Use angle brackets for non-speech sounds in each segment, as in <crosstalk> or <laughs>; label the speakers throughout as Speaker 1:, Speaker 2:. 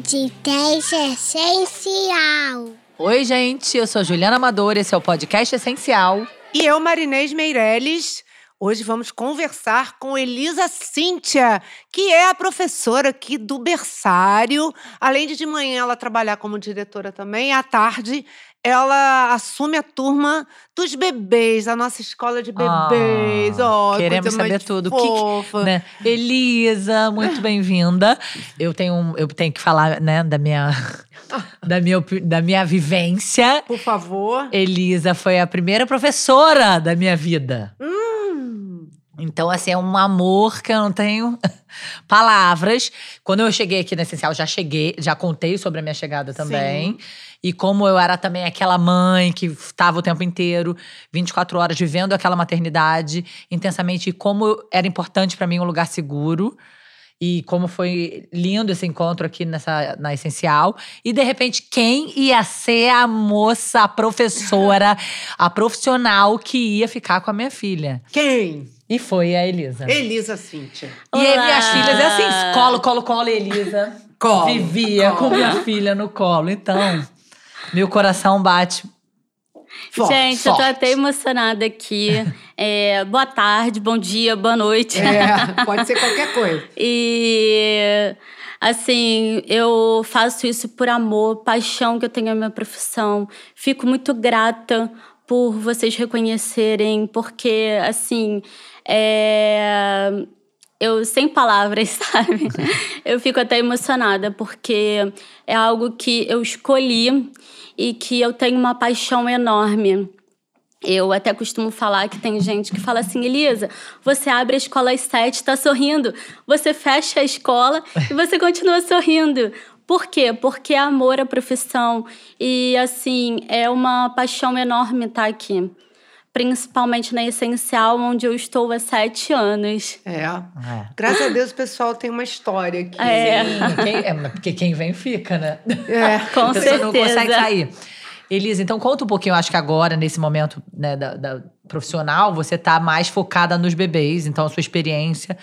Speaker 1: Podcast Essencial.
Speaker 2: Oi, gente, eu sou a Juliana Amador, esse é o Podcast Essencial.
Speaker 3: E eu, Marinês Meirelles. Hoje vamos conversar com Elisa Cíntia, que é a professora aqui do berçário. Além de de manhã ela trabalhar como diretora também, à tarde ela assume a turma dos bebês, a nossa escola de bebês.
Speaker 2: Ah,
Speaker 3: oh,
Speaker 2: queremos
Speaker 3: coisa mais
Speaker 2: saber tudo. O que que-
Speaker 3: Fofa.
Speaker 2: né? Elisa, muito bem-vinda. Eu tenho, um- eu tenho que falar, né, da minha, da minha, opi- da minha vivência.
Speaker 3: Por favor.
Speaker 2: Elisa foi a primeira professora da minha vida.
Speaker 3: Hum.
Speaker 2: Então, assim, é um amor que eu não tenho <laughs> palavras. Quando eu cheguei aqui no Essencial, já cheguei, já contei sobre a minha chegada também. E como eu era também aquela mãe que estava o tempo inteiro, 24 horas, vivendo aquela maternidade intensamente, e como era importante para mim um lugar seguro. E como foi lindo esse encontro aqui nessa, na Essencial. E, de repente, quem ia ser a moça, a professora, a profissional que ia ficar com a minha filha?
Speaker 3: Quem?
Speaker 2: E foi a Elisa.
Speaker 3: Elisa Cíntia.
Speaker 2: E aí, minhas
Speaker 4: Olá!
Speaker 2: filhas é assim, colo, colo, colo, Elisa.
Speaker 3: Colo,
Speaker 2: Vivia
Speaker 3: colo.
Speaker 2: com minha filha no colo. Então, meu coração bate.
Speaker 3: Forte,
Speaker 4: Gente, eu tô
Speaker 3: forte.
Speaker 4: até emocionada aqui. É, boa tarde, bom dia, boa noite.
Speaker 3: É, pode ser qualquer coisa.
Speaker 4: <laughs> E assim, eu faço isso por amor, paixão que eu tenho à minha profissão. Fico muito grata por vocês reconhecerem, porque assim, é, eu sem palavras, <laughs> sabe? Eu fico até emocionada porque é algo que eu escolhi e que eu tenho uma paixão enorme. Eu até costumo falar que tem gente que fala assim, Elisa, você abre a escola às sete, tá sorrindo. Você fecha a escola e você continua sorrindo. Por quê? Porque é amor à profissão. E, assim, é uma paixão enorme estar aqui. Principalmente na Essencial, onde eu estou há sete anos.
Speaker 3: É.
Speaker 2: É.
Speaker 3: Graças a Deus o pessoal tem uma história aqui.
Speaker 4: É.
Speaker 2: Sim, quem- é, mas porque quem vem fica, né?
Speaker 3: É.
Speaker 4: Com
Speaker 2: A pessoa
Speaker 4: certeza.
Speaker 2: não consegue sair. Elisa, então conta um pouquinho. eu Acho que agora, nesse momento né, da, da profissional, você tá mais focada nos bebês, então a sua experiência.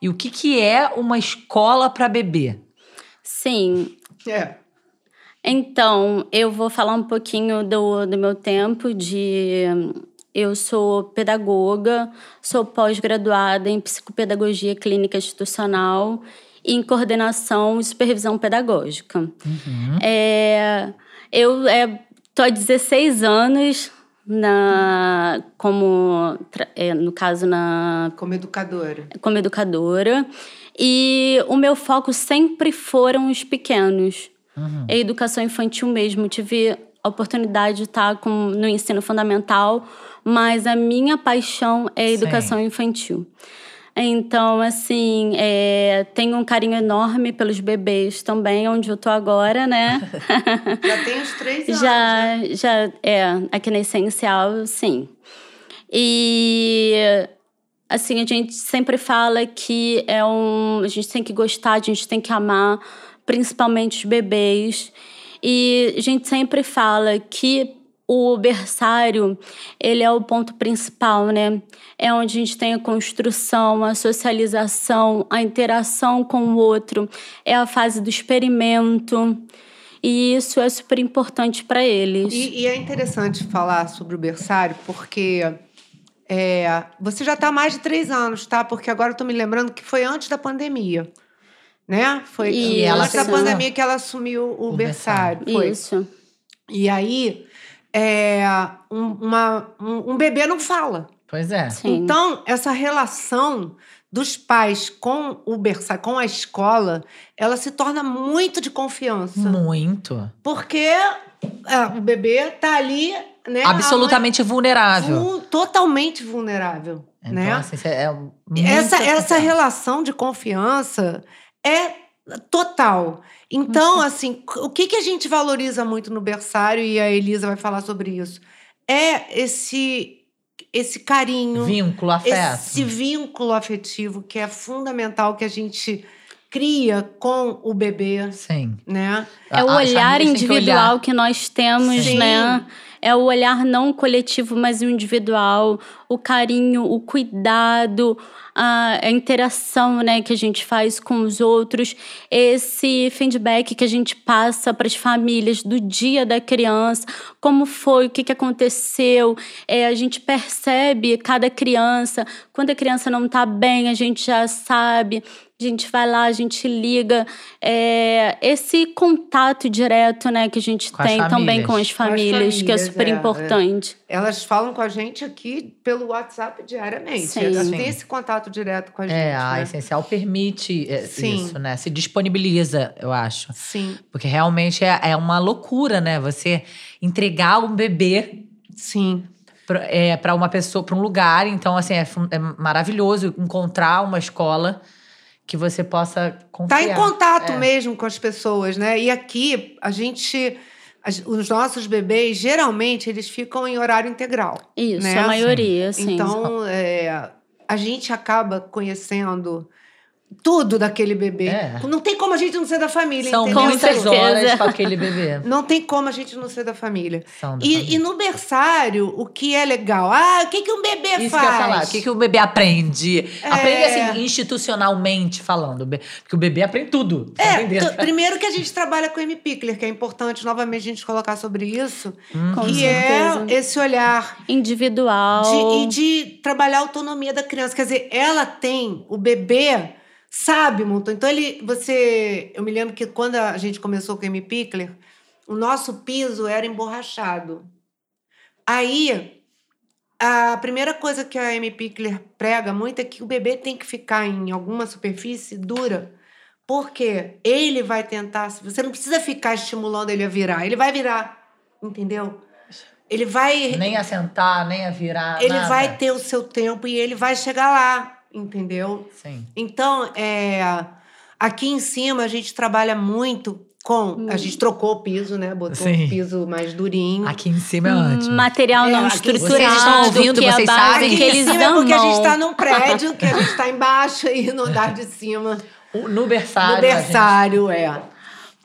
Speaker 2: E o que, que é uma escola para bebê?
Speaker 4: Sim,
Speaker 3: É.
Speaker 4: Então, eu vou falar um pouquinho do, do meu tempo de. Eu sou pedagoga, sou pós-graduada em psicopedagogia clínica institucional e em coordenação e supervisão pedagógica. É, eu estou há 16 anos na, como, tra- é, no caso, na
Speaker 3: Como educadora.
Speaker 4: como educadora e o meu foco sempre foram os pequenos. É a educação infantil mesmo. Tive a oportunidade de estar com, no ensino fundamental, mas a minha paixão é a
Speaker 2: Sim.
Speaker 4: educação infantil. Então, assim, é, tenho um carinho enorme pelos bebês também, onde eu tô agora, né?
Speaker 3: Já tem os três anos. né?
Speaker 4: já, já é aqui na essencial, sim. E assim a gente sempre fala que é um, a gente tem que gostar, a gente tem que amar, principalmente os bebês. E a gente sempre fala que o berçário, ele é o ponto principal, né? É onde a gente tem a construção, a socialização, a interação com o outro, é a fase do experimento. E isso é super importante para eles.
Speaker 3: E, e é interessante falar sobre o berçário, porque é, você já está há mais de três anos, tá? Porque agora eu estou me lembrando que foi antes da pandemia. Né? Foi
Speaker 4: E
Speaker 2: ela
Speaker 3: antes da
Speaker 2: assumiu-
Speaker 3: pandemia que ela assumiu o,
Speaker 2: O
Speaker 3: berçário. Foi.
Speaker 4: Isso.
Speaker 3: E aí, é, um- uma- um- um bebê não fala.
Speaker 2: Pois é.
Speaker 4: Sim.
Speaker 3: Então, essa relação dos pais com o berçário, com a escola, ela se torna muito de
Speaker 2: Hum.
Speaker 3: confiança.
Speaker 2: Muito.
Speaker 3: Porque ah, o bebê tá ali,
Speaker 4: É,
Speaker 3: né?
Speaker 2: Absolutamente
Speaker 3: a mãe
Speaker 2: vulnerável.
Speaker 3: vul- totalmente vulnerável,
Speaker 2: Então,
Speaker 3: né?
Speaker 2: assim, cê é muito
Speaker 3: essa essa
Speaker 2: importante.
Speaker 3: relação de confiança é total. Então, assim, c- o que, que a gente valoriza muito no berçário, e a Elisa vai falar sobre isso, é esse, esse carinho,
Speaker 2: vínculo, afeto.
Speaker 3: esse vínculo afetivo que é fundamental que a gente cria com o bebê,
Speaker 2: Sim.
Speaker 3: né?
Speaker 4: É o
Speaker 2: A- as
Speaker 4: olhar
Speaker 2: famílias têm que olhar.
Speaker 4: individual que, nós temos,
Speaker 3: Sim.
Speaker 4: né? É o olhar não coletivo, mas o individual. o carinho, o cuidado, a, a interação né, que a gente faz com os outros, esse feedback que a gente passa para as famílias do dia da criança, como foi, o que, que aconteceu. É, a gente percebe cada criança, quando a criança não está bem, a gente já sabe. A gente vai lá, a gente liga. É, esse contato direto né, que a gente
Speaker 2: Com as
Speaker 4: tem também
Speaker 2: famílias.
Speaker 4: com as
Speaker 3: Com as
Speaker 4: famílias, que é
Speaker 3: famílias,
Speaker 4: super
Speaker 3: é, é.
Speaker 4: importante.
Speaker 3: Elas falam com a gente aqui pelo WhatsApp diariamente.
Speaker 4: Sim.
Speaker 3: Elas
Speaker 2: Sim.
Speaker 3: têm esse contato direto com a gente.
Speaker 2: É, a
Speaker 3: né?
Speaker 2: Essencial permite é,
Speaker 3: Sim.
Speaker 2: isso, né? Se disponibiliza, eu acho.
Speaker 3: Sim,
Speaker 2: Porque realmente é, é uma loucura, né? Você entregar um bebê
Speaker 3: sim.
Speaker 2: pra, é, pra uma pessoa, pra um lugar. Então, assim, é, fun- é maravilhoso encontrar uma escola que você possa confiar.
Speaker 3: Tá em contato
Speaker 2: É.
Speaker 3: mesmo com as pessoas, né? E aqui a gente, as- os nossos bebês geralmente eles ficam em horário integral.
Speaker 4: Isso,
Speaker 3: né?
Speaker 4: a maioria, assim. sim.
Speaker 3: Então é, a gente acaba conhecendo tudo daquele bebê.
Speaker 2: É.
Speaker 3: Não tem como a gente não ser da família.
Speaker 2: São
Speaker 3: entendeu? Assim,
Speaker 4: Com
Speaker 2: muitas
Speaker 4: certeza.
Speaker 2: horas com aquele bebê.
Speaker 3: Não tem como a gente não ser da família.
Speaker 2: São da
Speaker 3: E,
Speaker 2: família.
Speaker 3: e no berçário, o que é legal? Ah, o que, que um bebê
Speaker 2: Isso
Speaker 3: faz?
Speaker 2: que eu ia falar. O que, que o bebê aprende? Aprende,
Speaker 3: É.
Speaker 2: assim, institucionalmente falando. Be- Porque o bebê aprende tudo. pra
Speaker 3: É,
Speaker 2: aprender.
Speaker 3: t- primeiro que a gente trabalha com M. Pickler, que é importante novamente a gente colocar sobre isso,
Speaker 2: Hum.
Speaker 4: Com
Speaker 3: que
Speaker 4: certeza.
Speaker 3: é esse olhar
Speaker 4: Individual.
Speaker 3: De- e de trabalhar a autonomia da criança. Quer dizer, ela tem, o bebê sabe, montou. Então ele, você, eu me lembro que quando a gente começou com o M. Pickler, o nosso piso era emborrachado. Aí a primeira coisa que a M. Pickler prega muito é que o bebê tem que ficar em alguma superfície dura. Porque ele vai tentar. Você não precisa ficar estimulando ele a virar. Ele vai virar, entendeu? Ele vai
Speaker 2: Nem a sentar, nem a virar.
Speaker 3: ele
Speaker 2: nada.
Speaker 3: vai ter o seu tempo e ele vai chegar lá, entendeu?
Speaker 2: Sim.
Speaker 3: Então, é, aqui em cima a gente trabalha muito com. A gente trocou o piso, né? Botou um
Speaker 2: Sim.
Speaker 3: piso mais durinho.
Speaker 2: Aqui em cima é ótimo.
Speaker 4: hum, Material
Speaker 3: É,
Speaker 4: não
Speaker 3: aqui-
Speaker 4: estrutural,
Speaker 2: Vocês estão ouvindo,
Speaker 4: que é a
Speaker 2: vocês
Speaker 4: base
Speaker 2: sabem?
Speaker 4: que
Speaker 3: Aqui em
Speaker 4: eles
Speaker 3: cima é
Speaker 4: amam.
Speaker 3: porque a gente está num prédio, Tá, que a gente está embaixo e no andar de cima.
Speaker 2: O- No berçário.
Speaker 3: No berçário, é.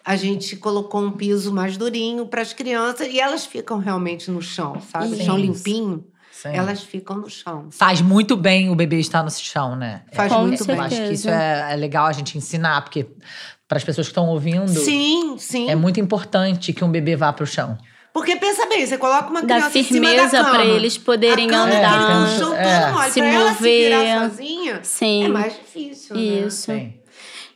Speaker 3: A gente colocou um piso mais durinho para as crianças e elas ficam realmente no chão, sabe?
Speaker 2: Sim.
Speaker 3: Chão limpinho,
Speaker 2: gente. Sim.
Speaker 3: elas ficam no chão.
Speaker 2: Faz muito bem o bebê estar no chão, né?
Speaker 3: Faz
Speaker 2: É,
Speaker 4: Com
Speaker 3: muito
Speaker 2: Eu
Speaker 3: bem.
Speaker 2: acho que isso
Speaker 4: certeza.
Speaker 2: é, é legal a gente ensinar, porque para as pessoas que estão ouvindo,
Speaker 3: Sim, sim.
Speaker 2: é muito importante que um bebê vá pro chão.
Speaker 3: Porque pensa bem, você coloca uma
Speaker 4: Dá
Speaker 3: criança em cima da
Speaker 4: firmeza
Speaker 3: cama.
Speaker 4: pra eles poderem
Speaker 3: a cama
Speaker 2: é
Speaker 3: que ele
Speaker 4: andar.
Speaker 3: tem um chão
Speaker 2: É.
Speaker 3: todo mole.
Speaker 4: Se
Speaker 3: pra ela se
Speaker 4: mover.
Speaker 3: virar sozinha,
Speaker 4: Sim.
Speaker 3: é mais difícil,
Speaker 4: Isso.
Speaker 3: né?
Speaker 2: Sim.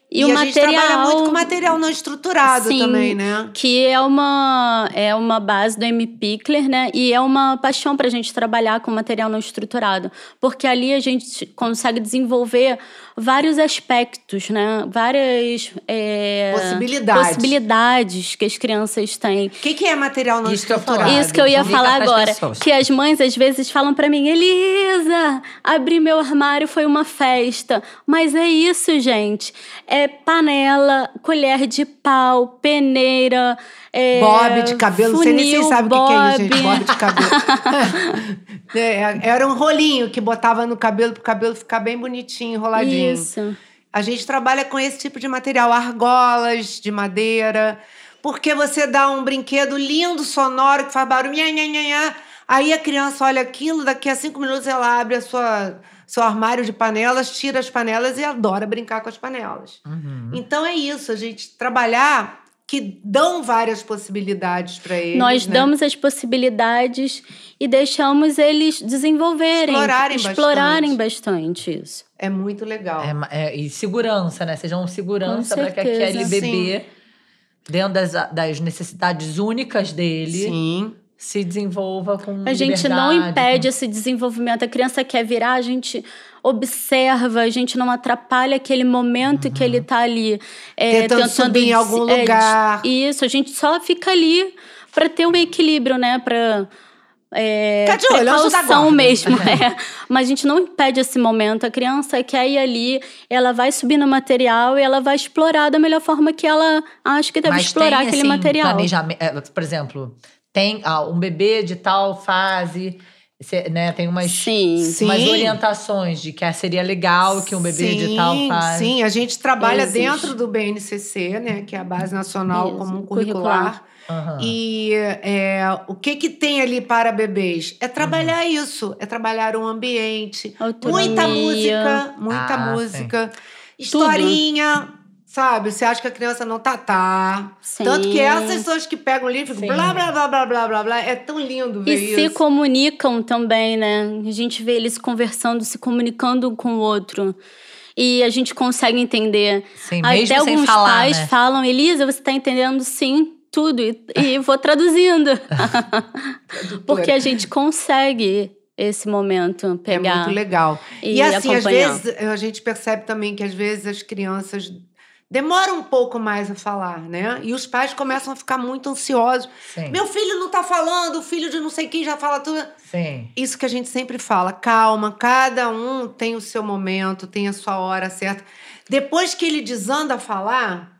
Speaker 4: E, o
Speaker 3: a gente trabalha muito
Speaker 4: material
Speaker 3: com material não estruturado
Speaker 4: Sim.
Speaker 3: também, né?
Speaker 4: que é uma é uma base do M. Pickler, né? E é uma paixão para a gente trabalhar com material não estruturado, porque ali a gente consegue desenvolver vários aspectos, né? Várias é,
Speaker 3: Possibilidades.
Speaker 4: possibilidades que as crianças têm.
Speaker 3: O que, que é material não
Speaker 2: Isso que eu ia falar.
Speaker 3: estruturado?
Speaker 4: Isso que eu ia
Speaker 2: Explica
Speaker 4: falar
Speaker 2: pras
Speaker 4: agora.
Speaker 2: pessoas.
Speaker 4: Que as mães às vezes falam pra mim: Elisa, abrir meu armário foi uma festa. Mas é isso, gente. É panela, colher de pau, peneira. É,
Speaker 3: Bob de cabelo, não sei nem se
Speaker 4: funil,
Speaker 3: vocês sabem o que, que é isso, gente.
Speaker 4: bob.
Speaker 3: Bob de cabelo. <laughs> É, era um rolinho que botava no cabelo pro cabelo ficar bem bonitinho, enroladinho.
Speaker 4: Isso.
Speaker 3: A gente trabalha com esse tipo de material, argolas de madeira, porque você dá um brinquedo lindo, sonoro, que faz barulho, nha, nha, nha, nha. aí a criança olha aquilo, daqui a cinco minutos ela abre a sua, seu armário de panelas, tira as panelas e adora brincar com as panelas.
Speaker 2: Uhum.
Speaker 3: Então é isso, a gente trabalhar que dão várias possibilidades para eles.
Speaker 4: Nós
Speaker 3: né?
Speaker 4: damos as possibilidades e deixamos eles desenvolverem,
Speaker 3: Explorarem bastante.
Speaker 4: explorarem bastante isso.
Speaker 3: É muito legal.
Speaker 2: É ma- é- e segurança, né? Sejam segurança
Speaker 4: Com
Speaker 2: para que
Speaker 4: certeza.
Speaker 2: aquele bebê, dentro das, das necessidades únicas dele,
Speaker 3: Sim.
Speaker 2: se desenvolva com
Speaker 3: Uhum.
Speaker 4: A gente não
Speaker 2: liberdade,
Speaker 4: impede esse desenvolvimento. A criança quer virar, a gente observa, a gente não atrapalha aquele momento que ele está ali. é,
Speaker 3: Uhum. Tentando subir em
Speaker 4: des-
Speaker 3: algum
Speaker 4: é, des-
Speaker 3: lugar.
Speaker 4: Isso, a gente só fica ali para ter um equilíbrio, né? Pra, é,
Speaker 3: Ficar de olho, anjo da
Speaker 4: precaução
Speaker 3: guarda. <laughs>
Speaker 4: mesmo, é. Mas a gente não impede esse momento. A criança quer ir ali, ela vai subir no material e ela vai explorar da melhor forma que ela acha que deve
Speaker 2: Mas
Speaker 4: explorar
Speaker 2: tem,
Speaker 4: aquele
Speaker 2: assim,
Speaker 4: material.
Speaker 2: planejamento- é, por exemplo, tem ah, um bebê de tal fase Cê, né, tem umas,
Speaker 4: Sim.
Speaker 3: Sim.
Speaker 2: umas orientações de que é, seria legal que um bebê
Speaker 3: sim,
Speaker 2: edital faz.
Speaker 3: Sim, a gente trabalha
Speaker 4: Existe.
Speaker 3: dentro do BNCC, né, que é a Base Nacional
Speaker 4: Isso,
Speaker 3: Comum Curricular.
Speaker 4: curricular.
Speaker 2: Aham.
Speaker 3: E é, o que, que tem ali para bebês? É trabalhar
Speaker 2: Uhum.
Speaker 3: isso, é trabalhar um ambiente,
Speaker 4: Autonomia.
Speaker 3: muita música, muita
Speaker 2: Ah,
Speaker 3: música, historinha, sabe? Você acha que a criança não tá, tá.
Speaker 4: Sim.
Speaker 3: Tanto que essas pessoas que pegam o livro e
Speaker 2: Sim.
Speaker 3: ficam blá, blá, blá, blá, blá, blá, blá. É tão lindo ver
Speaker 4: E
Speaker 3: isso.
Speaker 4: se comunicam também, né? A gente vê eles conversando, se comunicando um com o outro. E a gente consegue entender.
Speaker 2: Sim,
Speaker 4: Até
Speaker 2: mesmo sem
Speaker 4: alguns
Speaker 2: falar,
Speaker 4: pais
Speaker 2: né?
Speaker 4: falam, Elisa, você tá entendendo sim tudo. E, e
Speaker 3: <laughs>
Speaker 4: vou traduzindo. Porque a gente consegue esse momento
Speaker 3: É
Speaker 4: pegar.
Speaker 3: muito legal.
Speaker 4: e
Speaker 3: E, assim, às
Speaker 4: acompanhar.
Speaker 3: vezes, a gente percebe também que às vezes as crianças demoram um pouco mais a falar, né? E os pais começam a ficar muito ansiosos.
Speaker 2: Sim,
Speaker 3: Meu filho não tá falando, o filho de não sei quem já fala tudo.
Speaker 2: sim.
Speaker 3: Isso que a gente sempre fala, calma, cada um tem o seu momento, tem a sua hora certa. Depois que ele desanda a falar,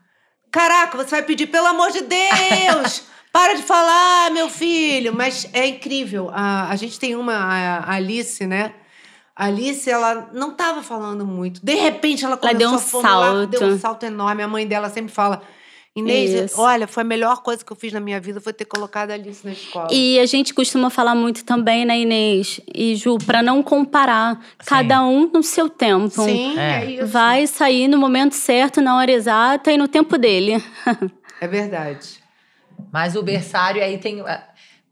Speaker 3: caraca, você vai pedir, pelo amor de
Speaker 4: <laughs>
Speaker 3: Deus, para de falar, meu filho. Mas é incrível. A, a gente tem uma, a- a Alice, né? A Alice, ela não estava falando muito. De repente, ela começou
Speaker 4: deu um
Speaker 3: a formular, deu um
Speaker 4: salto.
Speaker 3: salto enorme. A mãe dela sempre fala, Inês,
Speaker 4: Isso.
Speaker 3: olha, foi a melhor coisa que eu fiz na minha vida, foi ter colocado a Alice na escola.
Speaker 4: E a gente costuma falar muito também, né, Inês e Ju, para não comparar, cada um no seu tempo.
Speaker 3: Sim,
Speaker 2: É.
Speaker 3: é, isso.
Speaker 4: Vai sair no momento certo, na hora exata e no tempo dele.
Speaker 3: É verdade.
Speaker 2: Mas o berçário aí tem ah,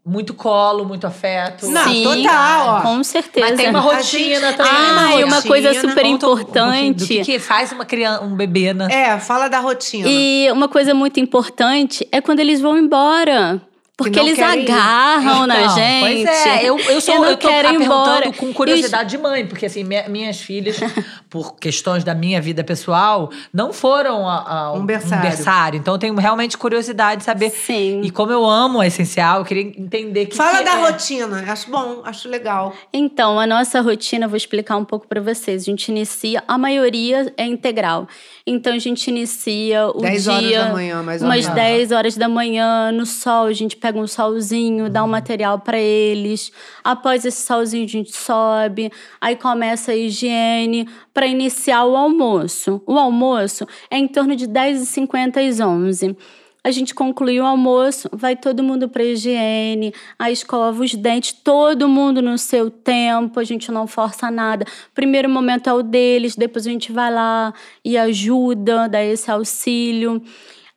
Speaker 2: muito colo, muito afeto.
Speaker 3: Não,
Speaker 4: Sim,
Speaker 3: total, ó.
Speaker 4: Com certeza.
Speaker 2: Mas tem uma rotina
Speaker 3: A gente-
Speaker 2: também.
Speaker 4: Ah,
Speaker 2: né?
Speaker 4: e uma
Speaker 3: rotina,
Speaker 4: coisa super
Speaker 3: conta
Speaker 2: Conta um pouquinho Do que,
Speaker 4: importante.
Speaker 2: que faz uma criança, um bebê, né?
Speaker 3: É, fala da rotina.
Speaker 4: E uma coisa muito importante é quando eles vão embora. Porque
Speaker 3: não
Speaker 4: eles
Speaker 3: querem ir.
Speaker 4: agarram na
Speaker 2: Então,
Speaker 4: né, gente.
Speaker 2: Pois é, eu, eu sou
Speaker 4: E não
Speaker 2: eu tô
Speaker 4: querem ir
Speaker 2: perguntando
Speaker 4: embora.
Speaker 2: com curiosidade de mãe, porque assim, mi- minhas filhas, <laughs> por questões da minha vida pessoal, não foram a, a-
Speaker 3: Um berçário.
Speaker 2: Então eu tenho realmente curiosidade de saber.
Speaker 4: Sim.
Speaker 2: E como eu amo a essencial, eu queria entender que.
Speaker 3: Fala
Speaker 2: que
Speaker 3: da
Speaker 2: é.
Speaker 3: rotina. Acho bom, acho legal.
Speaker 4: Então, a nossa rotina, eu vou explicar um pouco para vocês. A gente inicia, a maioria é integral. Então, a gente inicia o
Speaker 3: 10
Speaker 4: dia.
Speaker 3: horas da manhã, mais ou menos.
Speaker 4: Umas
Speaker 2: Aham.
Speaker 4: 10 horas da manhã, no sol, a gente pega um solzinho,
Speaker 3: Uhum.
Speaker 4: dá um material pra eles. Após esse solzinho, a gente sobe, aí começa a higiene pra iniciar o almoço. O almoço é em torno de 10h50 às 11 a gente conclui o almoço, vai todo mundo para higiene, aí escova os dentes, todo mundo no seu tempo, a gente não força nada. Primeiro momento é o deles, depois a gente vai lá e ajuda, dá esse auxílio.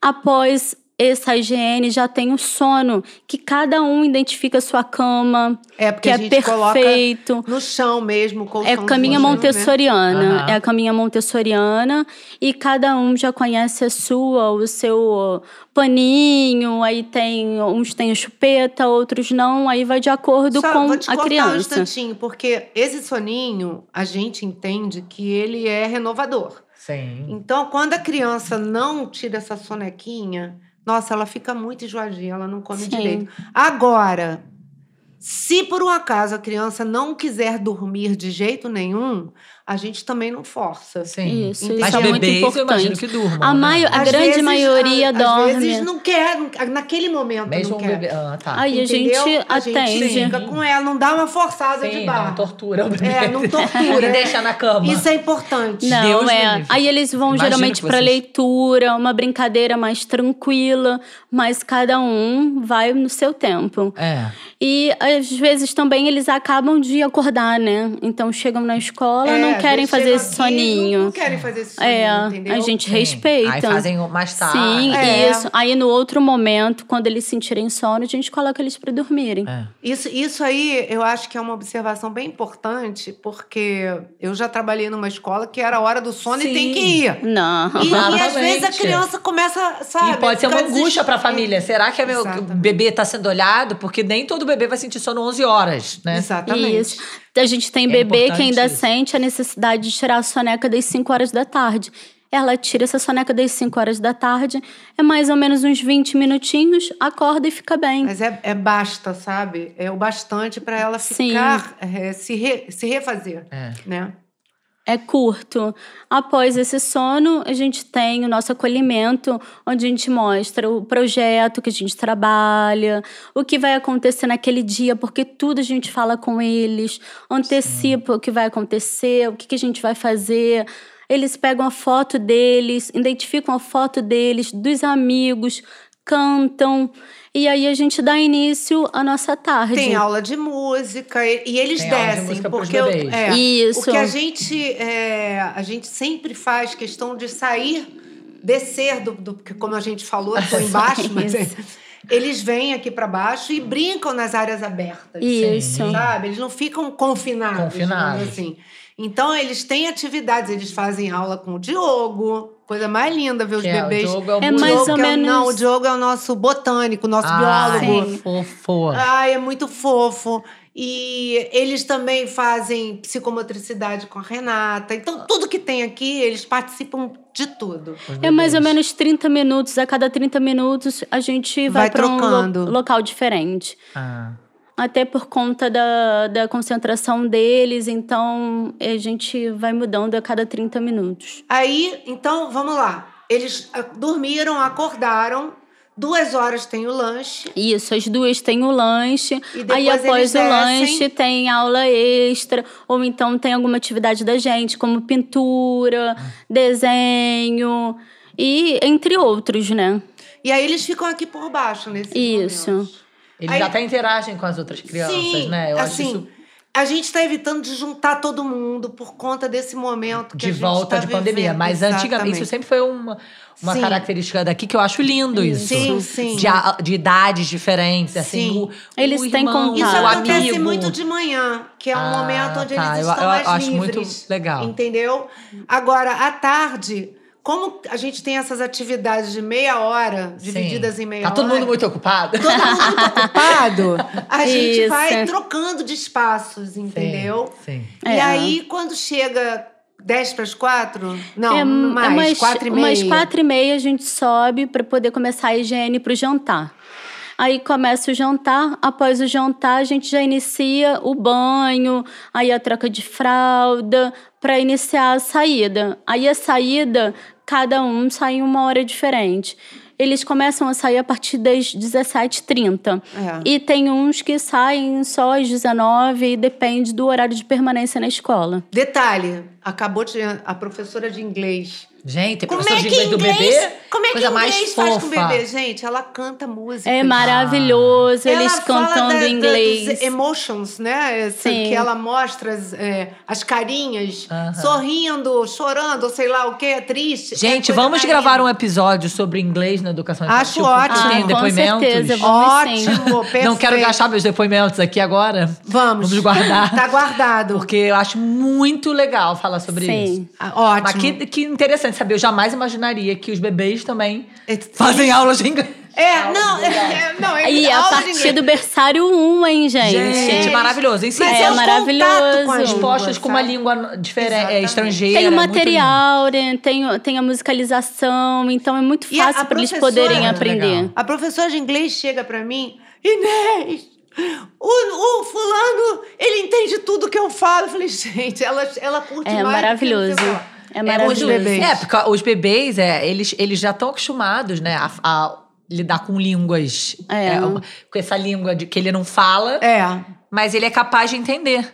Speaker 4: Após essa higiene, já tem o sono, que cada um identifica a sua cama,
Speaker 3: É, porque
Speaker 4: que
Speaker 3: a
Speaker 4: é
Speaker 3: gente
Speaker 4: perfeito.
Speaker 3: coloca no chão mesmo. o
Speaker 4: É
Speaker 3: colchãozinho,
Speaker 4: caminha
Speaker 3: né?
Speaker 4: montessoriana.
Speaker 2: Aham.
Speaker 4: É a caminha montessoriana. E cada um já conhece a sua, o seu paninho. Aí tem uns têm a chupeta, outros não. Aí vai de acordo
Speaker 3: Só,
Speaker 4: com
Speaker 3: vou te
Speaker 4: a
Speaker 3: cortar um
Speaker 4: criança.
Speaker 3: instantinho, porque esse soninho, a gente entende que ele é renovador.
Speaker 2: Sim.
Speaker 3: Então, quando a criança não tira essa sonequinha, nossa, ela fica muito enjoadinha, ela não come
Speaker 4: Sim.
Speaker 3: direito. Agora, se por um acaso a criança não quiser dormir de jeito nenhum, a gente também não força.
Speaker 2: Sim.
Speaker 4: Isso,
Speaker 3: Entendi.
Speaker 2: Mas
Speaker 4: isso é muito
Speaker 2: bebês, eu imagino
Speaker 4: importante.
Speaker 2: que durmam.
Speaker 4: A
Speaker 2: né?
Speaker 4: maio- a- grande maioria
Speaker 3: a-
Speaker 4: dorme.
Speaker 3: Às vezes não quer, naquele momento
Speaker 2: Mesmo
Speaker 3: não
Speaker 2: um
Speaker 3: quer.
Speaker 2: bebê. Ah, tá.
Speaker 4: Aí a gente
Speaker 3: entendeu? A
Speaker 4: atende.
Speaker 3: gente fica com ela, não dá uma forçada
Speaker 2: Sim,
Speaker 3: de
Speaker 2: não
Speaker 3: barra.
Speaker 2: tortura o bebê.
Speaker 3: é,
Speaker 2: <laughs>
Speaker 3: não tortura.
Speaker 2: Ele deixa na cama.
Speaker 3: Isso é importante.
Speaker 4: Não,
Speaker 2: Deus me
Speaker 4: é.
Speaker 2: livre.
Speaker 4: Aí eles vão
Speaker 2: Imagino
Speaker 4: geralmente
Speaker 2: que
Speaker 4: pra
Speaker 2: vocês-
Speaker 4: leitura, uma brincadeira mais tranquila, mas cada um vai no seu tempo.
Speaker 2: É.
Speaker 4: E às vezes também eles acabam de acordar, né? Então chegam na escola,
Speaker 3: É,
Speaker 4: não
Speaker 3: às
Speaker 4: querem
Speaker 3: vezes
Speaker 4: fazer
Speaker 3: chega aqui,
Speaker 4: esse
Speaker 3: Não,
Speaker 4: soninho.
Speaker 3: não querem fazer esse soninho,
Speaker 4: É,
Speaker 3: entendeu?
Speaker 4: a gente
Speaker 2: Sim.
Speaker 4: respeita.
Speaker 2: Aí fazem mais tarde.
Speaker 4: Sim,
Speaker 3: É.
Speaker 4: isso. Aí no outro momento, quando eles sentirem sono, a gente coloca eles pra dormirem.
Speaker 2: É.
Speaker 3: Isso, isso aí eu acho que é uma observação bem importante, porque eu já trabalhei numa escola que era a hora do sono
Speaker 2: Sim.
Speaker 3: e tem que
Speaker 2: É.
Speaker 3: ir.
Speaker 4: Não.
Speaker 3: E, e às vezes a
Speaker 2: Exatamente.
Speaker 3: criança começa, sabe?
Speaker 2: e pode ser uma
Speaker 3: ficar
Speaker 2: angústia pra
Speaker 3: desesperada.
Speaker 2: família. Será que é meu
Speaker 3: Exatamente.
Speaker 2: bebê está sendo olhado? Porque nem todo bebê vai sentir sono 11 horas, né?
Speaker 3: Exatamente.
Speaker 4: Isso. A gente tem
Speaker 2: É
Speaker 4: bebê que
Speaker 2: importante
Speaker 4: ainda
Speaker 2: isso.
Speaker 4: sente a necessidade de tirar a soneca das 5 horas da tarde. Ela tira essa soneca das 5 horas da tarde, é mais ou menos uns 20 minutinhos, acorda e fica bem.
Speaker 3: Mas é, é basta, sabe? É o bastante para ela
Speaker 4: Sim.
Speaker 3: ficar, é, se, re- se refazer,
Speaker 2: É.
Speaker 3: né?
Speaker 4: é curto. Após esse sono, a gente tem o nosso acolhimento, onde a gente mostra o projeto que a gente trabalha, o que vai acontecer naquele dia, porque tudo a gente fala com eles, antecipa o que vai acontecer, o que, que a gente vai fazer. Eles pegam a foto deles, identificam a foto deles, dos amigos, cantam. E aí a gente dá início à nossa tarde.
Speaker 3: Tem aula de música e, e eles
Speaker 2: Tem aula de
Speaker 3: descem,
Speaker 2: música pros
Speaker 3: porque eu-
Speaker 2: bebês.
Speaker 3: é,
Speaker 4: Isso.
Speaker 3: o que a gente é, a gente sempre faz questão de sair, descer do, do porque como a gente falou,
Speaker 4: <laughs>
Speaker 3: eu tô embaixo, mas é, eles vêm aqui para baixo e brincam nas áreas abertas. assim,
Speaker 4: Isso.
Speaker 2: Sim.
Speaker 3: Sabe? Eles não ficam confinados.
Speaker 2: Confinados.
Speaker 3: digamos Assim. Então, eles têm atividades, eles fazem aula com o Diogo. Coisa mais linda ver os
Speaker 2: Que é, o
Speaker 3: bebês.
Speaker 2: Diogo é o
Speaker 4: É
Speaker 3: O
Speaker 2: bullying.
Speaker 4: mais
Speaker 3: Diogo
Speaker 4: ou
Speaker 3: que é o-
Speaker 4: menos-
Speaker 3: Não, o Diogo é o nosso botânico, nosso
Speaker 2: Ah, Ai,
Speaker 3: biólogo.
Speaker 2: fofo.
Speaker 3: Ai, é muito fofo. E eles também fazem psicomotricidade com a Renata. Então, tudo que tem aqui, eles participam de tudo.
Speaker 2: Os
Speaker 4: É mais ou
Speaker 2: bebês.
Speaker 4: menos 30 minutos. A cada 30 minutos a gente vai,
Speaker 3: Vai
Speaker 4: para um
Speaker 3: trocando.
Speaker 4: lo- local diferente.
Speaker 2: Ah.
Speaker 4: Até por conta da, da concentração deles, então a gente vai mudando a cada 30 minutos.
Speaker 3: Aí, então, vamos lá. Eles ah, dormiram, acordaram. Duas horas tem o lanche.
Speaker 4: Isso, as duas têm o lanche,
Speaker 3: E depois
Speaker 4: aí após
Speaker 3: eles
Speaker 4: o
Speaker 3: descem.
Speaker 4: lanche tem aula extra, ou então tem alguma atividade da gente, como pintura,
Speaker 3: Ah.
Speaker 4: desenho, e entre outros, né?
Speaker 3: E aí, eles ficam aqui por baixo nesse
Speaker 4: Isso.
Speaker 2: Eles
Speaker 3: Aí-
Speaker 2: até interagem com as outras crianças,
Speaker 3: Sim,
Speaker 2: né? Eu
Speaker 3: assim,
Speaker 2: acho isso
Speaker 3: A gente está evitando de juntar todo mundo por conta desse momento que a
Speaker 2: de
Speaker 3: gente
Speaker 2: volta
Speaker 3: tá
Speaker 2: de pandemia.
Speaker 3: vivendo,
Speaker 2: Mas antigamente
Speaker 3: exatamente.
Speaker 2: isso sempre foi uma, uma
Speaker 3: Sim.
Speaker 2: característica daqui que eu acho lindo isso.
Speaker 3: Sim, sim.
Speaker 2: De, a- de idades diferentes, assim.
Speaker 3: Sim.
Speaker 2: o-
Speaker 4: Eles
Speaker 2: o
Speaker 4: têm
Speaker 2: irmão,
Speaker 4: contato.
Speaker 3: Isso
Speaker 2: o
Speaker 3: acontece
Speaker 2: amigo.
Speaker 3: muito de manhã, que é um
Speaker 2: Ah,
Speaker 3: momento onde
Speaker 2: tá.
Speaker 3: eles
Speaker 2: Eu-
Speaker 3: estão
Speaker 2: eu
Speaker 3: mais
Speaker 2: acho muito
Speaker 3: livres. então,
Speaker 2: legal.
Speaker 3: Entendeu? Agora, à tarde, como a gente tem essas atividades de meia hora,
Speaker 2: Sim.
Speaker 3: divididas em meia
Speaker 2: Tá todo
Speaker 3: hora,
Speaker 2: mundo muito ocupado. <laughs>
Speaker 3: todo mundo muito ocupado, a gente
Speaker 4: Isso.
Speaker 3: vai trocando de espaços, entendeu?
Speaker 2: Sim.
Speaker 4: É.
Speaker 3: E aí, quando chega 10 para as 4, não,
Speaker 4: é,
Speaker 3: mais,
Speaker 4: umas,
Speaker 3: 4 e meia.
Speaker 4: umas quatro e meia a gente sobe para poder começar a higiene para o jantar. Aí começa o jantar, após o jantar a gente já inicia o banho, aí a troca de fralda, para iniciar a saída. Aí a saída, cada um sai em uma hora diferente. Eles começam a sair a partir das 17h30.
Speaker 3: É.
Speaker 4: E tem uns que saem só às 19 e depende do horário de permanência na escola.
Speaker 3: Detalhe, acabou de a professora de inglês
Speaker 2: Gente,
Speaker 3: Como
Speaker 2: professor
Speaker 3: é
Speaker 2: de
Speaker 3: que
Speaker 2: inglês do
Speaker 3: inglês-
Speaker 2: bebê.
Speaker 3: Como é que
Speaker 2: coisa mais
Speaker 3: inglês faz com o
Speaker 2: fofa.
Speaker 3: bebê, gente? Ela canta música.
Speaker 4: É maravilhoso,
Speaker 3: Ah, Ela
Speaker 4: eles
Speaker 3: fala
Speaker 4: cantando
Speaker 3: da- da-
Speaker 4: inglês.
Speaker 3: dos emotions, né? Esse-
Speaker 4: Sim.
Speaker 3: Que ela mostra as, é, as carinhas,
Speaker 2: Aham.
Speaker 3: sorrindo, chorando, sei lá o quê, é triste.
Speaker 2: Gente, vamos gravar um episódio sobre inglês na educação
Speaker 3: Acho
Speaker 2: infantil.
Speaker 3: ótimo.
Speaker 2: Tem
Speaker 4: Ah, com
Speaker 2: depoimentos.
Speaker 4: certeza, vamos.
Speaker 3: Ótimo, perfeito.
Speaker 2: Não quero gastar meus depoimentos aqui agora.
Speaker 3: Vamos.
Speaker 2: Vamos guardar.
Speaker 3: Tá guardado.
Speaker 2: Porque eu acho muito legal falar sobre isso.
Speaker 4: Sim.
Speaker 3: Ah, Ótimo.
Speaker 2: Mas que, que interessante saber. Eu jamais imaginaria que os bebês também
Speaker 3: É-
Speaker 2: fazem aulas de inglês.
Speaker 3: É, não, é, não, é
Speaker 4: E a
Speaker 3: aula de
Speaker 4: partir
Speaker 3: inglês.
Speaker 4: do berçário 1, hein, gente?
Speaker 2: Gente,
Speaker 3: É.
Speaker 2: maravilhoso. Ensina
Speaker 3: Mas
Speaker 4: É
Speaker 3: o contato
Speaker 4: maravilhoso.
Speaker 3: com as
Speaker 2: <laughs> expostas
Speaker 3: línguas,
Speaker 2: com uma
Speaker 3: sabe?
Speaker 2: língua diferente, é,
Speaker 3: Exatamente. um
Speaker 2: estrangeira.
Speaker 4: Tem o
Speaker 2: muito
Speaker 4: material, né? tem, o- tem a musicalização, então é muito
Speaker 3: E a- a
Speaker 4: fácil para eles
Speaker 3: professora- é
Speaker 4: poderem
Speaker 2: Muito legal.
Speaker 4: aprender.
Speaker 3: A professora de inglês chega pra mim, Inês, o, o fulano, ele entende tudo que eu falo. Eu falei, gente, ela, ela curte
Speaker 4: É
Speaker 3: mais. do que
Speaker 4: maravilhoso.
Speaker 3: você fala.
Speaker 4: É
Speaker 2: lindo. É, os
Speaker 4: maravilhoso.
Speaker 2: bebês.
Speaker 3: bebês.
Speaker 2: é, porque os bebês, é, eles, eles já estão acostumados, né, a, a lidar com línguas.
Speaker 4: É.
Speaker 2: uma- com essa língua de, que ele não fala,
Speaker 3: É.
Speaker 2: mas ele é capaz de entender.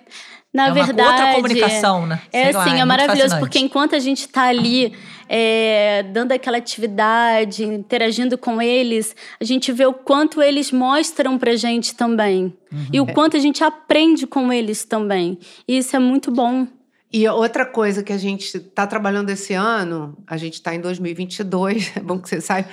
Speaker 4: Na
Speaker 2: é uma
Speaker 4: verdade.
Speaker 2: outra comunicação, né?
Speaker 4: É
Speaker 2: Sei lá,
Speaker 4: assim, é,
Speaker 2: muito
Speaker 4: maravilhoso,
Speaker 2: fascinante.
Speaker 4: porque enquanto a gente tá ali é, dando aquela atividade, interagindo com eles, a gente vê o quanto eles mostram pra gente também.
Speaker 2: Uhum.
Speaker 4: E
Speaker 2: É.
Speaker 4: o quanto a gente aprende com eles também. E isso é muito bom.
Speaker 3: E outra coisa que a gente está trabalhando esse ano, a gente está em 2022, <laughs> é bom que você saiba,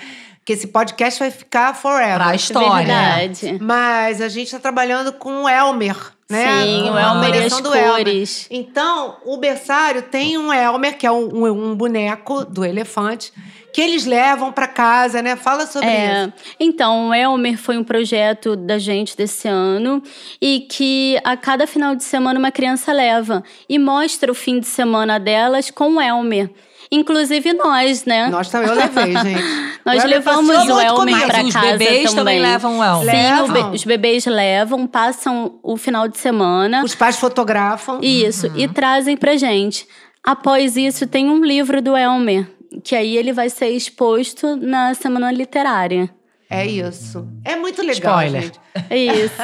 Speaker 3: que esse podcast vai ficar forever.
Speaker 2: Pra história. né?
Speaker 4: Verdade.
Speaker 3: Mas a gente está trabalhando com o Elmer, né?
Speaker 4: Sim,
Speaker 2: Ah,
Speaker 4: o
Speaker 3: a
Speaker 4: Elmer e as
Speaker 3: coleção do Elmer.
Speaker 4: cores.
Speaker 3: Então, o berçário tem um Elmer, que é um, um- um boneco do elefante, que eles levam pra casa, né? Fala sobre
Speaker 4: É,
Speaker 3: isso.
Speaker 4: então, o Elmer foi um projeto da gente desse ano e que a cada final de semana uma criança leva e mostra o fim de semana delas com o Elmer. Inclusive nós, né?
Speaker 3: Nós também, eu levei,
Speaker 4: <laughs>
Speaker 3: gente.
Speaker 4: Nós
Speaker 3: O Elmer
Speaker 4: levamos
Speaker 3: passeou
Speaker 4: o
Speaker 3: muito
Speaker 4: Elmer
Speaker 3: comigo.
Speaker 4: pra
Speaker 2: Mas os
Speaker 4: casa
Speaker 2: bebês também
Speaker 4: também.
Speaker 2: levam um o Elmer.
Speaker 4: Sim, o
Speaker 3: Levam?
Speaker 4: be- os bebês levam, passam o final de semana.
Speaker 3: Os pais fotografam.
Speaker 2: Uhum.
Speaker 4: Isso, e trazem pra gente. Após isso, tem um livro do Elmer, que aí ele vai ser exposto na Semana Literária.
Speaker 3: É isso. É muito legal,
Speaker 2: Spoiler.
Speaker 3: gente.
Speaker 4: É isso.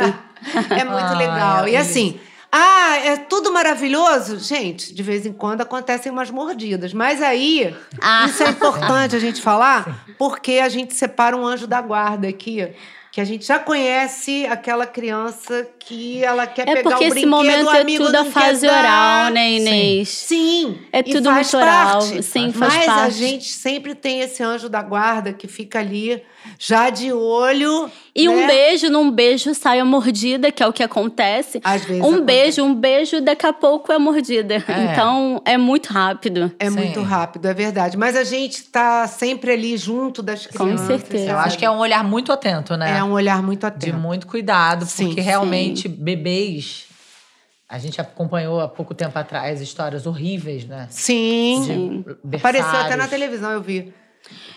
Speaker 3: É muito
Speaker 2: Ai,
Speaker 3: legal. E
Speaker 2: olha
Speaker 3: assim, ah, é tudo maravilhoso? Gente, de vez em quando acontecem umas mordidas. Mas aí,
Speaker 4: Ah.
Speaker 3: isso é importante a gente falar, porque a gente separa um anjo da guarda aqui. Que a gente já conhece aquela criança que ela quer
Speaker 4: É
Speaker 3: pegar
Speaker 4: porque
Speaker 3: o
Speaker 4: esse
Speaker 3: brinquedo,
Speaker 4: momento
Speaker 3: o
Speaker 4: é
Speaker 3: amigo
Speaker 4: tudo a
Speaker 3: não
Speaker 4: fase
Speaker 3: quer dar.
Speaker 4: oral, né, Inês?
Speaker 3: Sim.
Speaker 4: É
Speaker 3: e
Speaker 4: tudo
Speaker 3: faz
Speaker 4: muito oral,
Speaker 3: parte.
Speaker 4: sim, faz
Speaker 3: Mas a
Speaker 4: parte.
Speaker 3: gente sempre tem esse anjo da guarda que fica ali já de olho.
Speaker 4: E um
Speaker 3: né?
Speaker 4: beijo, num beijo sai a mordida, que é o que acontece.
Speaker 3: Às vezes
Speaker 4: Um
Speaker 3: acontece.
Speaker 4: beijo, um beijo, daqui a pouco é mordida.
Speaker 2: É.
Speaker 4: Então é muito rápido.
Speaker 3: É
Speaker 2: Sim.
Speaker 3: muito rápido, é verdade. Mas a gente tá sempre ali junto das
Speaker 4: Com
Speaker 3: crianças.
Speaker 4: certeza.
Speaker 2: Eu acho que é um olhar muito atento, né?
Speaker 3: É um olhar muito
Speaker 2: de
Speaker 3: atento.
Speaker 2: muito cuidado,
Speaker 3: Sim.
Speaker 2: porque realmente bebês. A gente acompanhou há pouco tempo atrás histórias horríveis, né?
Speaker 3: Sim.
Speaker 4: Sim.
Speaker 2: Berçários,
Speaker 3: Apareceu até na televisão, eu vi.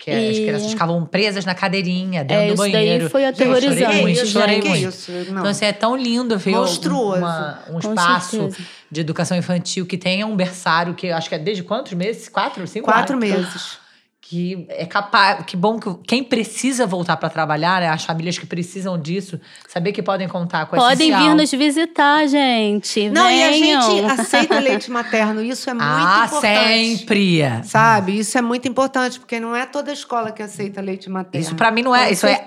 Speaker 2: Que as
Speaker 4: E-
Speaker 2: crianças ficavam presas na cadeirinha, dentro
Speaker 4: É,
Speaker 2: do
Speaker 4: isso daí
Speaker 2: banheiro.
Speaker 4: foi
Speaker 2: Gente,
Speaker 4: aterrorizante,
Speaker 2: Chorei muito,
Speaker 3: gente.
Speaker 2: chorei
Speaker 3: Que
Speaker 2: muito.
Speaker 3: isso? Não.
Speaker 2: Então, assim, é tão lindo ver um-
Speaker 3: Monstruoso.
Speaker 2: uma- um
Speaker 4: Com
Speaker 2: espaço
Speaker 4: certeza.
Speaker 2: de educação infantil que tenha um berçário, que eu acho que é desde quantos meses? Quatro, cinco?
Speaker 3: Quatro
Speaker 2: anos?
Speaker 3: meses.
Speaker 2: que é capaz, que bom que quem precisa voltar para trabalhar, né, as famílias que precisam disso, saber que podem contar com a
Speaker 4: Podem
Speaker 2: essencial.
Speaker 4: vir nos visitar, gente.
Speaker 3: Não, e a
Speaker 4: Venham.
Speaker 3: gente aceita leite materno. Isso é muito
Speaker 2: Ah,
Speaker 3: importante.
Speaker 2: sempre.
Speaker 3: Sabe? Isso é muito importante, porque não é toda escola que aceita leite materno.
Speaker 2: Isso para mim não é,
Speaker 4: Com
Speaker 2: isso é a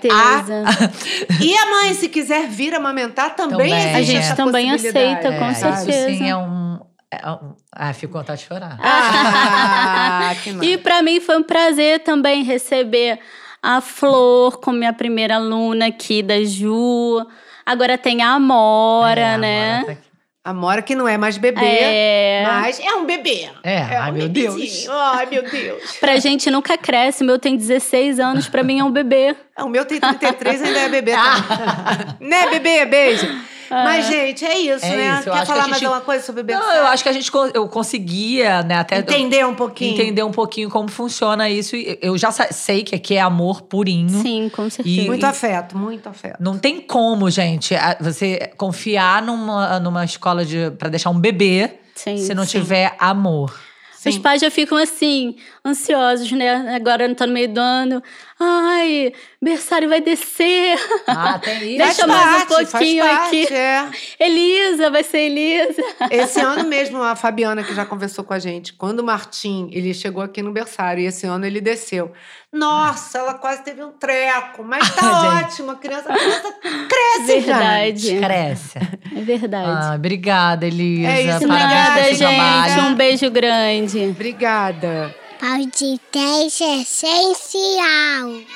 Speaker 3: E a mãe, se quiser vir amamentar, também,
Speaker 2: Também.
Speaker 3: existe
Speaker 2: A gente
Speaker 3: essa
Speaker 4: também
Speaker 3: possibilidade,
Speaker 4: aceita, com
Speaker 2: É,
Speaker 3: sabe?
Speaker 4: certeza.
Speaker 2: Isso sim é um, é um- ah, fico com vontade de chorar.
Speaker 3: Ah, <laughs> que
Speaker 4: E
Speaker 3: maravilha.
Speaker 4: para mim foi um prazer também receber a Flor como minha primeira aluna aqui da Ju. Agora tem a Amora,
Speaker 2: É, a
Speaker 4: né?
Speaker 2: Mora tá aqui.
Speaker 3: A Mora que não é mais bebê.
Speaker 4: É.
Speaker 3: Mas é um bebê.
Speaker 2: É, ai, meu Deus.
Speaker 3: bebezinho. Ai, meu Deus.
Speaker 4: Pra gente nunca cresce. O meu tem 16 anos, pra mim é um bebê.
Speaker 3: Ah, O meu tem 33 ainda é bebê.
Speaker 2: <laughs>
Speaker 3: Tá? né, bebê? Beijo.
Speaker 4: Ah.
Speaker 3: Mas, gente, é isso,
Speaker 2: É
Speaker 3: né?
Speaker 2: isso, eu
Speaker 3: Quer
Speaker 2: acho que a
Speaker 3: falar mais
Speaker 2: gente-
Speaker 3: alguma coisa sobre bebê?
Speaker 4: é
Speaker 2: Não, eu acho que a gente con- eu conseguia, né, até
Speaker 3: Entender um pouquinho.
Speaker 2: entender um pouquinho como funciona isso e eu já sa- sei que aqui é amor purinho.
Speaker 4: Sim, com certeza.
Speaker 3: Muito afeto, muito afeto.
Speaker 2: Não tem como, gente, a- você confiar numa, numa escola de para deixar um bebê
Speaker 4: Sim,
Speaker 2: se não
Speaker 4: sim.
Speaker 2: tiver
Speaker 4: <laughs>
Speaker 2: amor.
Speaker 4: Os pais já ficam assim, ansiosos, né? Agora não tá no meio do ano. Ai, berçário vai descer. <laughs>
Speaker 2: Ah, tem isso.
Speaker 4: Deixa eu mais um pouquinho
Speaker 3: faz parte,
Speaker 4: aqui.
Speaker 3: É.
Speaker 4: Elisa, vai ser Elisa.
Speaker 3: Esse ano mesmo, a Fabiana, que já conversou com a gente, quando o Martim ele chegou aqui no berçário e esse ano ele desceu. Nossa, ela quase teve um treco, mas tá
Speaker 2: Gente.
Speaker 3: ótimo. A criança, a criança cresce, gente.
Speaker 4: Verdade.
Speaker 2: Cresce.
Speaker 4: É verdade.
Speaker 2: Ah, obrigada, Elisa.
Speaker 3: É isso,
Speaker 2: Parabéns
Speaker 4: Nada,
Speaker 2: pelo
Speaker 3: obrigada, É
Speaker 4: gente.
Speaker 2: seu trabalho.
Speaker 4: Um beijo grande.
Speaker 3: Obrigada.
Speaker 1: Podcast essencial.